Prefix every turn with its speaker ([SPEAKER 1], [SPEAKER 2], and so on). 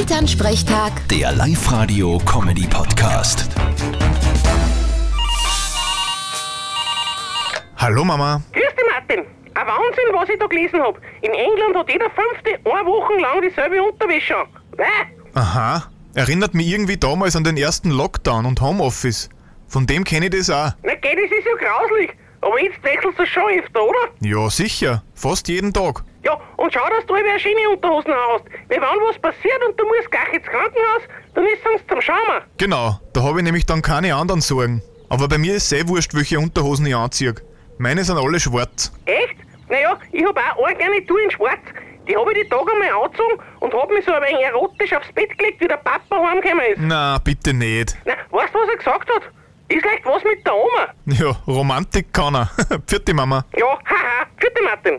[SPEAKER 1] Elternsprechtag,
[SPEAKER 2] Der Live-Radio-Comedy-Podcast.
[SPEAKER 3] Hallo Mama.
[SPEAKER 4] Grüß dich, Martin. Ein Wahnsinn, was ich da gelesen hab. In England hat jeder Fünfte eine Woche lang dieselbe Unterwäsche an. Nein,
[SPEAKER 3] Aha. Erinnert mich irgendwie damals an den ersten Lockdown und Homeoffice. Von dem kenne ich das auch.
[SPEAKER 4] na geh, das ist ja grauslich. Aber jetzt wechselst du schon öfter, oder?
[SPEAKER 3] Ja, sicher. Fast jeden Tag.
[SPEAKER 4] Ja, und schau, dass du eine schöne Unterhosen an hast. Weil wenn was passiert und du musst gleich ins Krankenhaus, dann ist sonst zum Schaumer.
[SPEAKER 3] Genau, da habe ich nämlich dann keine anderen Sorgen. Aber bei mir ist eh wurscht, welche Unterhosen ich anziehe. Meine sind alle schwarz.
[SPEAKER 4] Echt? Naja, ich hab auch eine Garnitur in Schwarz. Die hab ich die Tage einmal angezogen und hab mich so ein wenig erotisch aufs Bett gelegt, wie der Papa heimgekommen ist.
[SPEAKER 3] Na, bitte nicht.
[SPEAKER 4] Na, weißt du, was er gesagt hat? Ist leicht was mit der Oma.
[SPEAKER 3] Ja, Romantik kann er. Vierte Mama.
[SPEAKER 4] Ja, haha. Vierte Martin.